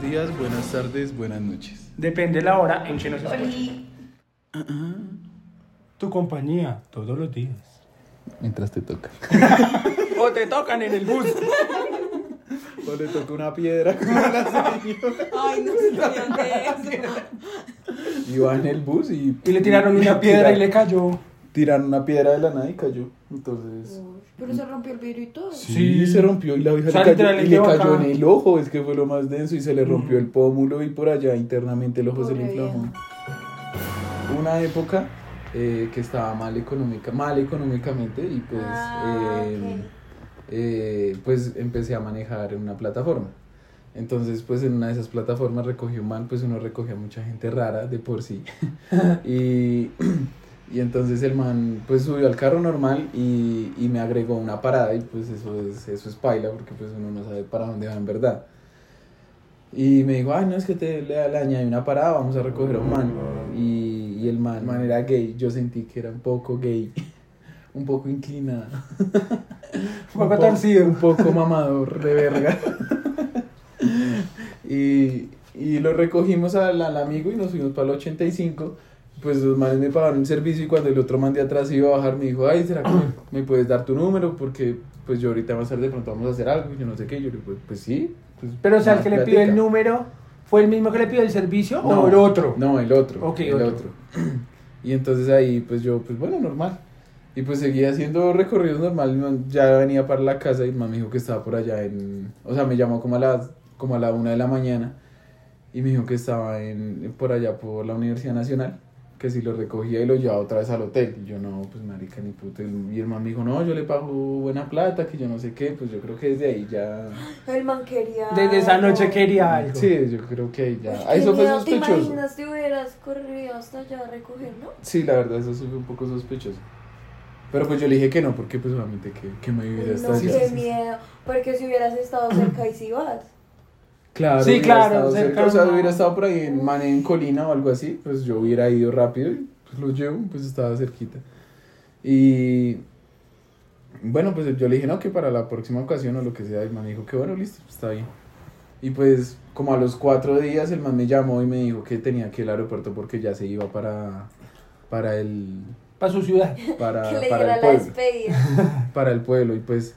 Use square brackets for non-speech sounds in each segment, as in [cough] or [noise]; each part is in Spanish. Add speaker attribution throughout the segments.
Speaker 1: días, buenas tardes, buenas noches.
Speaker 2: Depende la hora en que nos escuchen.
Speaker 3: Oli.
Speaker 4: Tu compañía, todos los días.
Speaker 1: Mientras te toca.
Speaker 2: O te tocan en el bus.
Speaker 1: O le toca una piedra [laughs] como a la señora.
Speaker 3: Ay,
Speaker 1: [laughs]
Speaker 3: no se rían de eso.
Speaker 1: Iba en el bus y...
Speaker 2: [laughs] Y le
Speaker 1: [laughs]
Speaker 2: tiraron una piedra y le cayó.
Speaker 1: Tiraron una piedra de la nada y cayó. Entonces...
Speaker 3: Uy, Pero se rompió el vidrio y todo.
Speaker 1: Sí, se rompió y la
Speaker 2: O
Speaker 1: hija
Speaker 2: sea,
Speaker 1: le cayó,
Speaker 2: literal,
Speaker 1: y le
Speaker 2: quedó
Speaker 1: cayó en
Speaker 2: acá.
Speaker 1: el ojo, es que fue lo más denso y se le rompió el pómulo y por allá internamente el ojo se le
Speaker 3: Pobre
Speaker 1: inflamó. Una época eh, que estaba mal económica, mal económicamente y pues
Speaker 3: Ah,
Speaker 1: eh,
Speaker 3: ok.
Speaker 1: eh, pues empecé a manejar en una plataforma. Entonces, pues en una de esas plataformas recogí un man, pues uno recogía mucha gente rara de por sí. y, y entonces el man, pues subió al carro normal y, y me agregó una parada y pues eso es, eso es paila porque pues uno no sabe para dónde va en verdad. Y me dijo, ay, no, es que te le, le añadí una parada, vamos a recoger a un man. Y, y el man, el man era gay, yo sentí que era un poco gay, [laughs] un poco inclinada.
Speaker 2: Un poco torcido.
Speaker 1: Un poco mamador de verga. y, y lo recogimos al, al amigo y nos fuimos para el 85. Pues los manes me pagaron un servicio y cuando el otro man de atrás iba a bajar me dijo, ay, ¿será
Speaker 2: [clears throat]
Speaker 1: que me, me puedes dar tu número? Porque pues yo ahorita más tarde de pronto vamos a hacer algo y yo no sé qué. Yo le digo, pues, pues sí. pues,
Speaker 2: Pero o sea, el
Speaker 1: más
Speaker 2: que le pidió el
Speaker 1: platica.
Speaker 2: número fue el mismo que le pidió el servicio o el otro.
Speaker 1: No, el otro.
Speaker 2: Ok,
Speaker 1: el
Speaker 2: otro.
Speaker 1: otro. [clears throat] Y entonces ahí, pues yo, pues bueno, normal. Y pues seguía haciendo recorridos normal. el man Ya venía para la casa y el man me dijo que estaba por allá en. O sea, me llamó como a las como a la una de la mañana y me dijo que estaba en, por allá por la Universidad Nacional. Que si lo recogía y lo llevaba otra vez al hotel. Y yo, no, pues marica, ni puto. Y el man me dijo, no, yo le pago buena plata, que yo no sé qué. Pues yo creo que desde ahí ya.
Speaker 3: El man quería.
Speaker 2: Desde esa
Speaker 3: algo.
Speaker 2: noche quería algo.
Speaker 1: Sí, yo creo que ahí ya.
Speaker 3: Uy,
Speaker 1: Eso
Speaker 3: qué
Speaker 1: fue
Speaker 3: miedo, ¿Te
Speaker 1: sospechoso.
Speaker 3: imaginas que hubieras corrido hasta allá a recogerlo?
Speaker 1: Sí, la verdad, eso sí fue un poco sospechoso. Pero pues yo le dije que no, porque pues obviamente que, que me
Speaker 3: Uy,
Speaker 1: viviría
Speaker 3: No,
Speaker 1: hasta
Speaker 3: qué
Speaker 1: allá.
Speaker 3: miedo. Porque si hubieras estado cerca y si vas.
Speaker 1: Claro,
Speaker 2: Sí,
Speaker 1: hubiera
Speaker 2: claro,
Speaker 1: estado cerca,
Speaker 2: cerca,
Speaker 1: o sea,
Speaker 2: no.
Speaker 1: hubiera estado por ahí en Mané, en Colina o algo así, pues yo hubiera ido rápido y pues lo llevo, pues estaba cerquita. Y bueno, pues yo le dije, no, que para la próxima ocasión o lo que sea, el man me dijo que bueno, listo, pues, está bien. Y pues como a los cuatro días el man me llamó y me dijo que tenía que ir al aeropuerto porque ya se iba para, para el...
Speaker 2: Para su ciudad. [laughs]
Speaker 1: Para,
Speaker 3: [laughs] que le
Speaker 1: Ah, para
Speaker 3: diera
Speaker 1: el
Speaker 3: la
Speaker 1: pueblo.
Speaker 3: despedida.
Speaker 1: para el pueblo y pues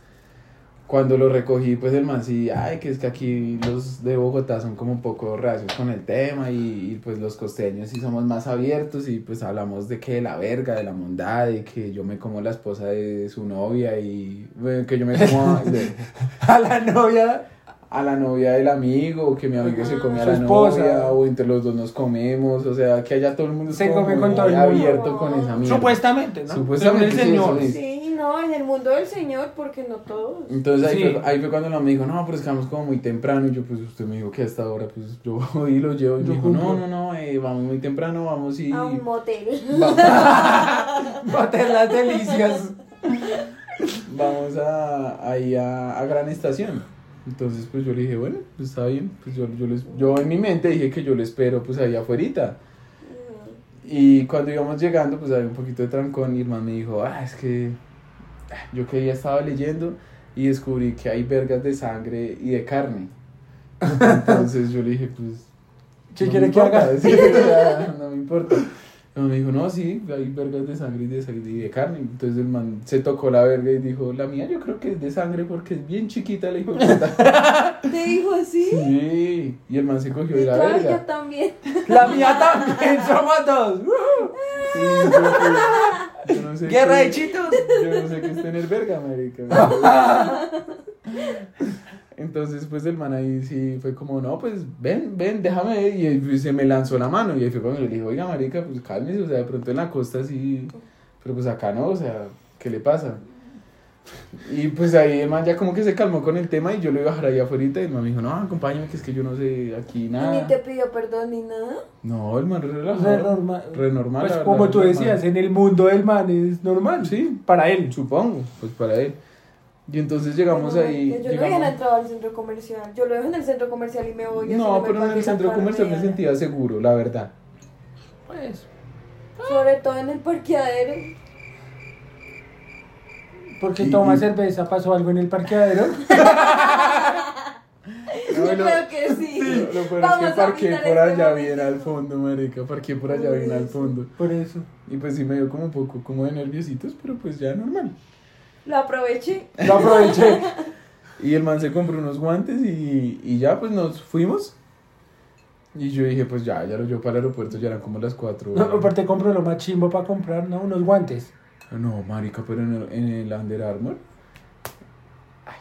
Speaker 1: cuando lo recogí pues el man sí, ay que es que aquí los de Bogotá son como un poco reacios con el tema y, y, pues los costeños sí somos más abiertos y pues hablamos de que de la verga, de la bondad, de que yo me como la esposa de su novia y bueno, que yo me como a, de-
Speaker 2: A la novia.
Speaker 1: a la novia del amigo, que mi amigo se come a
Speaker 2: Ah, Su
Speaker 1: la
Speaker 2: esposa.
Speaker 1: novia o entre los dos nos comemos, o sea que allá todo el mundo es
Speaker 2: Se
Speaker 1: como
Speaker 2: come con
Speaker 1: muy
Speaker 2: todo el mundo.
Speaker 1: abierto con esa mierda.
Speaker 2: Supuestamente, ¿no?
Speaker 1: Supuestamente, [laughs]
Speaker 2: Según
Speaker 1: sí,
Speaker 2: el [laughs] señor.
Speaker 1: eso dice.
Speaker 3: sí, no, en el mundo del Señor, porque no todos.
Speaker 1: Entonces ahí,
Speaker 2: Sí.
Speaker 1: fue, ahí fue cuando la me dijo, no, pero es que vamos como muy temprano. Y yo, pues usted me dijo que hasta ahora, pues yo [laughs] voy y lo llevo. Y
Speaker 2: Yo
Speaker 1: me dijo, no, no,
Speaker 2: cumplo.
Speaker 1: no, eh, vamos muy temprano, vamos y.
Speaker 3: A un motel.
Speaker 1: va-
Speaker 2: Botes las delicias.
Speaker 1: vamos a, ahí a, a Gran Estación. Entonces, pues yo le dije, bueno, pues está bien. Pues yo, yo, les- yo en mi mente dije que yo le espero, pues ahí afuerita. Y cuando íbamos llegando, pues había un poquito de trancón y el man me dijo, ah, es que ah, yo que ya estaba leyendo y descubrí que hay vergas de sangre y de
Speaker 2: [laughs]
Speaker 1: carne. Entonces yo le dije, pues...
Speaker 2: ¿Qué
Speaker 1: no
Speaker 2: quiere
Speaker 1: me
Speaker 2: que
Speaker 1: importa,
Speaker 2: haga? [laughs]
Speaker 1: sí, o sea, no me importa. El man me dijo, no, sí, hay vergas de sangre y de, sa- y de carne. Entonces el man se tocó la verga y dijo, la mía yo creo que es de sangre porque es bien chiquita la hijo de puta".
Speaker 3: [laughs] ¿Te dijo así?
Speaker 1: [laughs] Sí, y el man se cogió
Speaker 3: Y
Speaker 1: de la
Speaker 3: tú, ay,
Speaker 1: verga.
Speaker 3: yo también.
Speaker 2: La mía también. Somos dos. ¡Uh!
Speaker 1: Sí, yo, pues, yo no sé
Speaker 2: Guerra
Speaker 1: qué-
Speaker 2: de chitos.
Speaker 1: Yo no sé qué es tener verga, marica. Entonces, pues el man ahí sí fue como, no, pues ven, ven, déjame. ver", Y, él, pues, se me lanzó la mano. Y ahí fue cuando le dije, oiga, marica, pues cálmese. O sea, de pronto en la costa sí, pero pues acá no, o sea, ¿qué le pasa? Y pues ahí el man ya como que se calmó con el tema. Y yo lo iba a dejar ahí afuera. Y el man me dijo, no, acompáñame, que es que yo no sé aquí
Speaker 3: Y
Speaker 1: nada.
Speaker 3: Ni te pidió perdón ni nada.
Speaker 1: No, el man re
Speaker 2: Re
Speaker 1: relajado.
Speaker 2: normal.
Speaker 1: Re normal,
Speaker 2: Pues
Speaker 1: la
Speaker 2: como
Speaker 1: verdad,
Speaker 2: tú
Speaker 1: normal.
Speaker 2: decías, en el mundo del man es normal.
Speaker 1: Sí.
Speaker 2: Para él.
Speaker 1: Supongo, pues para él. Y entonces llegamos
Speaker 3: Pero,
Speaker 1: ahí.
Speaker 3: marica, Yo no
Speaker 1: llegamos-
Speaker 3: hubiera entrado al centro comercial. Yo lo dejo en el centro comercial y me voy. así
Speaker 1: No,
Speaker 3: me
Speaker 1: pero en
Speaker 3: pague
Speaker 1: el
Speaker 3: la
Speaker 1: centro
Speaker 3: carne
Speaker 1: comercial me
Speaker 3: de-
Speaker 1: sentía seguro, la verdad.
Speaker 2: Pues.
Speaker 3: Sobre todo en el parqueadero.
Speaker 2: Porque
Speaker 1: Y-
Speaker 2: toma
Speaker 1: y- [laughs]
Speaker 2: cerveza, pasó algo en el parqueadero.
Speaker 1: No,
Speaker 3: [laughs] Yo
Speaker 1: no.
Speaker 3: creo que sí.
Speaker 1: Lo, lo peor es
Speaker 3: Vamos
Speaker 1: que
Speaker 3: a
Speaker 1: parqué
Speaker 3: pintar
Speaker 1: por
Speaker 3: este
Speaker 1: allá
Speaker 3: momento.
Speaker 1: bien al fondo, marica. Parqué por allá bien al fondo.
Speaker 2: Por eso.
Speaker 1: Y pues sí me dio como un poco como de nerviositos, pero pues ya normal.
Speaker 3: Lo aproveché.
Speaker 2: Lo aproveché.
Speaker 1: Y el man se compró unos guantes y, y ya pues nos fuimos. Y yo dije, pues ya, ya lo llevo para el aeropuerto, ya eran como las 4.
Speaker 2: No, aparte compro lo más chimbo para comprar, ¿no? Unos guantes.
Speaker 1: Ah, No, marica, pero en el, en el Under Armour. ay,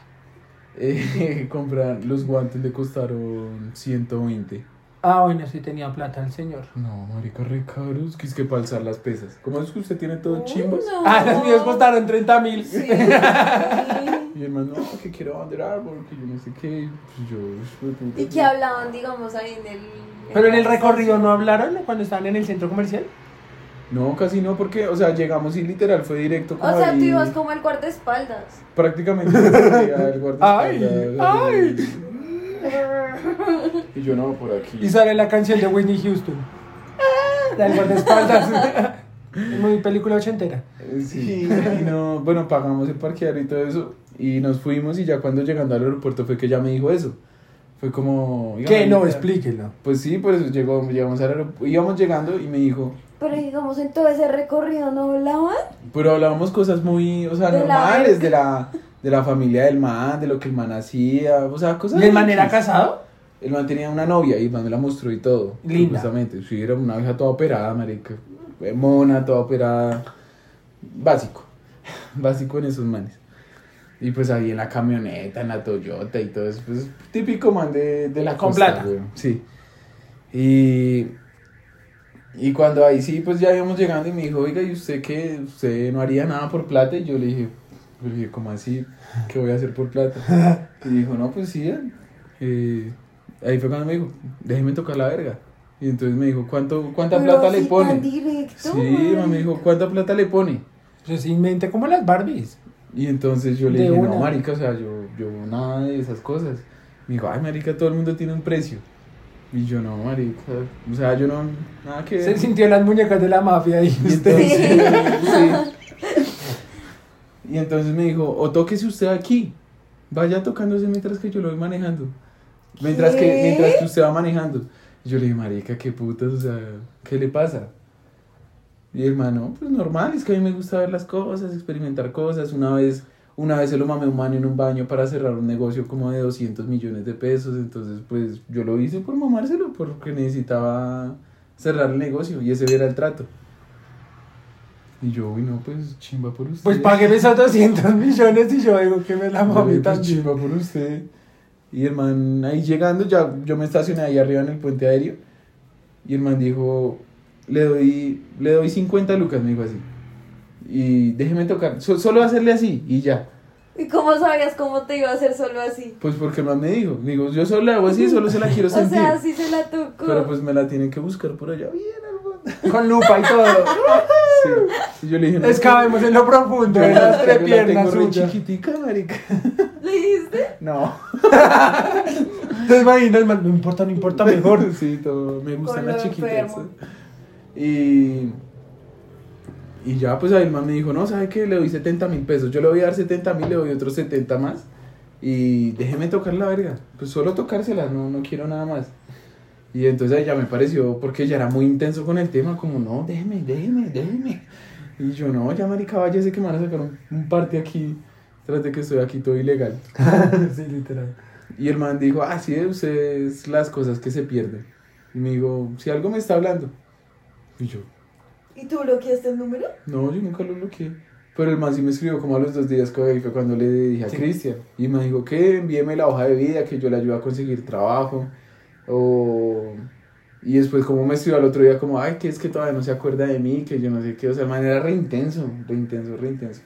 Speaker 1: [laughs] eh, comprar los guantes le costaron 120.
Speaker 2: Ah, bueno, sí tenía plata el señor.
Speaker 1: No, marica, re caros. Que es que para alzar las pesas. ¿Cómo es que usted tiene todo chimbos?
Speaker 3: No.
Speaker 2: Ah, los míos costaron 30
Speaker 1: [laughs]
Speaker 2: mil.
Speaker 3: Sí. sí.
Speaker 1: Y el man, no, que quiero Under Armour, que yo no sé qué. Pues yo, hijo de puta,
Speaker 3: ¿Y qué hablaban, digamos, ahí en el.
Speaker 2: Pero en el recorrido no hablaron cuando estaban en el centro comercial.
Speaker 1: No, casi no, porque, o sea, llegamos y literal fue directo.
Speaker 3: O
Speaker 1: como
Speaker 3: sea, tú
Speaker 1: ahí.
Speaker 3: ibas como el guardaespaldas.
Speaker 1: Prácticamente me salía
Speaker 3: [laughs]
Speaker 1: el guardaespaldas.
Speaker 2: Ay,
Speaker 1: Y yo no, por aquí.
Speaker 2: Y sale la canción de Whitney Houston. Ah, La del
Speaker 3: [laughs]
Speaker 2: guardaespaldas. Muy película ochentera.
Speaker 1: Eh, Sí, [laughs] y no, bueno, pagamos el parquear y todo eso. Y nos fuimos y ya cuando llegando al aeropuerto fue que ya me dijo eso. Fue como... oiga,
Speaker 2: Que no,
Speaker 1: marica.
Speaker 2: explíquelo.
Speaker 1: Pues sí, por eso llegó, llegamos al aeropuerto, íbamos llegando y me dijo...
Speaker 3: Pero digamos, en todo ese recorrido no hablaban.
Speaker 1: Pero hablábamos cosas muy, o sea,
Speaker 3: De la
Speaker 1: normales,
Speaker 3: verga.
Speaker 1: de la, de la familia del man, de lo que el man hacía, o sea, cosas...
Speaker 2: ¿Y el man era
Speaker 1: X.
Speaker 2: casado?
Speaker 1: El man tenía una novia y el man me la mostró y todo.
Speaker 2: Linda.
Speaker 1: Justamente. Sí, era una vieja toda operada, marica. Eh, Mona, toda operada. Básico. [laughs] Básico en esos manes. Y pues ahí en la camioneta, en la Toyota y todo eso. Pues típico man de, de la
Speaker 2: Con
Speaker 1: costa,
Speaker 2: plata.
Speaker 1: weón. Sí. Y. Y cuando ahí sí, pues ya íbamos llegando y me dijo, oiga, ¿y usted qué? ¿Usted no haría nada por plata? Y yo le dije, yo le dije ¿cómo así? ¿Qué voy a hacer por
Speaker 2: [laughs]
Speaker 1: plata? Y dijo, no, pues sí. eh, eh, ahí fue cuando me dijo, déjeme tocar la verga. Y entonces me dijo, ¿cuánto, ¿cuánta
Speaker 3: Pero
Speaker 1: plata
Speaker 3: así
Speaker 1: le pone?
Speaker 3: Tan directo.
Speaker 1: Sí,
Speaker 3: man.
Speaker 1: me dijo, ¿cuánta plata le pone?
Speaker 2: Pues sin mente como las Barbies.
Speaker 1: Y entonces yo le
Speaker 2: De
Speaker 1: dije, no,
Speaker 2: una.
Speaker 1: marica, o sea, yo, yo nada de esas cosas. Me dijo, ay, marica, todo el mundo tiene un precio. Y yo, no, marica, o sea, yo no, nada que ver.
Speaker 2: Se sintió las muñecas de la mafia [laughs] ahí.
Speaker 1: Y
Speaker 2: usted.
Speaker 1: entonces, sí. Y entonces me dijo, o tóquese usted aquí, vaya tocándose mientras que yo lo voy manejando. Mientras que,
Speaker 3: ¿Qué?
Speaker 1: mientras que usted va manejando. Y yo le dije, marica, qué putas, o sea, ¿qué le pasa? Y el man, "No, pues normal, es que a mí me gusta ver las cosas, experimentar cosas. Una vez, una vez se lo mamé a un man en un baño para cerrar un negocio como de 200 millones de pesos. Entonces, pues yo lo hice por mamárselo, porque necesitaba cerrar el negocio y ese era el trato. Y yo, uy, no, pues chimba por usted.
Speaker 2: Pues pagué esos 200 millones y yo digo que me la
Speaker 1: Yo,
Speaker 2: mami
Speaker 1: pues,
Speaker 2: también.
Speaker 1: chimba por usted. Y el man ahí llegando, ya yo me estacioné ahí arriba en el puente aéreo. Y el man dijo, le doy, le doy 50 lucas, me dijo así. Y déjeme tocar, so- solo hacerle así y ya.
Speaker 3: ¿Y cómo sabías cómo te iba a hacer solo así?
Speaker 1: Pues porque el man me dijo, me dijo, yo solo le hago así, solo se la quiero
Speaker 3: O
Speaker 1: sentir.
Speaker 3: sea, así se la tocó.
Speaker 1: Pero pues me la tienen que buscar por allá. Bien, al fondo.
Speaker 2: [laughs] Con lupa y todo.
Speaker 1: Sí. Y yo le dije, no,
Speaker 2: Excavemos en lo profundo
Speaker 1: yo
Speaker 2: de
Speaker 1: la-
Speaker 2: las tres
Speaker 1: yo la tengo
Speaker 2: piernas
Speaker 1: re
Speaker 2: suyas.
Speaker 1: chiquitica, marica.
Speaker 3: ¿Le dijiste?
Speaker 1: No.
Speaker 2: Te imaginas, man, no importa, no importa,
Speaker 1: [laughs]
Speaker 2: mejor.
Speaker 1: Sí, todo. Me gustan
Speaker 3: Con
Speaker 1: las
Speaker 3: lo
Speaker 1: chiquitas.
Speaker 3: enfermo.
Speaker 1: Y. Y ya, pues ahí el man me dijo: No, ¿sabe qué? Le doy 70 mil pesos. Yo le voy a dar 70 mil, le doy otros 70 más. Y déjeme tocar la verga. Pues solo tocársela, no, no quiero nada más. Y entonces ahí ya me pareció, porque ya era muy intenso con el tema, como no, déjeme, déjeme, déjeme. Y yo, no, ya marica, váyase que me van a sacar un, un parte aquí, tras de que estoy aquí todo ilegal.
Speaker 2: sí, literal.
Speaker 1: Y el man dijo, "Ah, así de ustedes las cosas que se pierden. Y me dijo, si algo me está hablando. Y yo,
Speaker 3: ¿Y tú bloqueaste el número?
Speaker 1: no, yo nunca lo bloqueé. Pero el man sí me escribió como a los dos días que ahí fue cuando le dije a
Speaker 2: Sí.
Speaker 1: Cristian. Y me dijo, que envíeme la hoja de vida, que yo le ayudo a conseguir trabajo. O... Y después como me escribió al otro día como, ay, que es que todavía no se acuerda de mí, que yo no sé qué. O sea, el man era re intenso, re intenso, re intenso.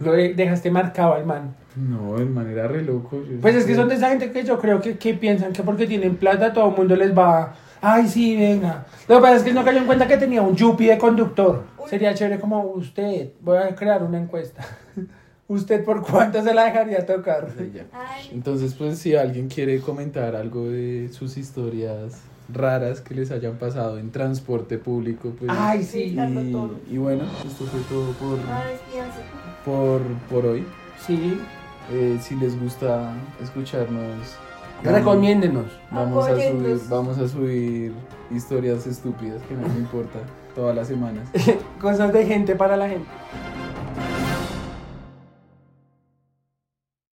Speaker 2: Lo de- dejaste marcado al man.
Speaker 1: No, el man era re loco. yo-
Speaker 2: Pues es que son de esa gente que yo creo que, que piensan que porque tienen plata todo el mundo les va. Ay, sí, venga. Lo que pasa es que no cayó en cuenta que tenía un yuppie de conductor. Sería chévere como usted. Voy a crear una encuesta. [laughs] ¿Usted por cuánto se la dejaría tocar?
Speaker 1: Sí, ya.
Speaker 3: Ay,
Speaker 1: Entonces, pues si alguien quiere comentar algo de sus historias raras que les hayan pasado en transporte público, pues...
Speaker 2: Ay, sí.
Speaker 1: y, y bueno, esto fue todo por,
Speaker 3: ay, piensa.
Speaker 1: por, por hoy.
Speaker 2: Sí.
Speaker 1: Eh, si les gusta escucharnos,
Speaker 2: Recomiéndenos.
Speaker 1: Vamos a, subir,
Speaker 3: Apóyennos.
Speaker 1: vamos a subir historias estúpidas que no me importa todas las semanas.
Speaker 2: Cosas de gente para la gente.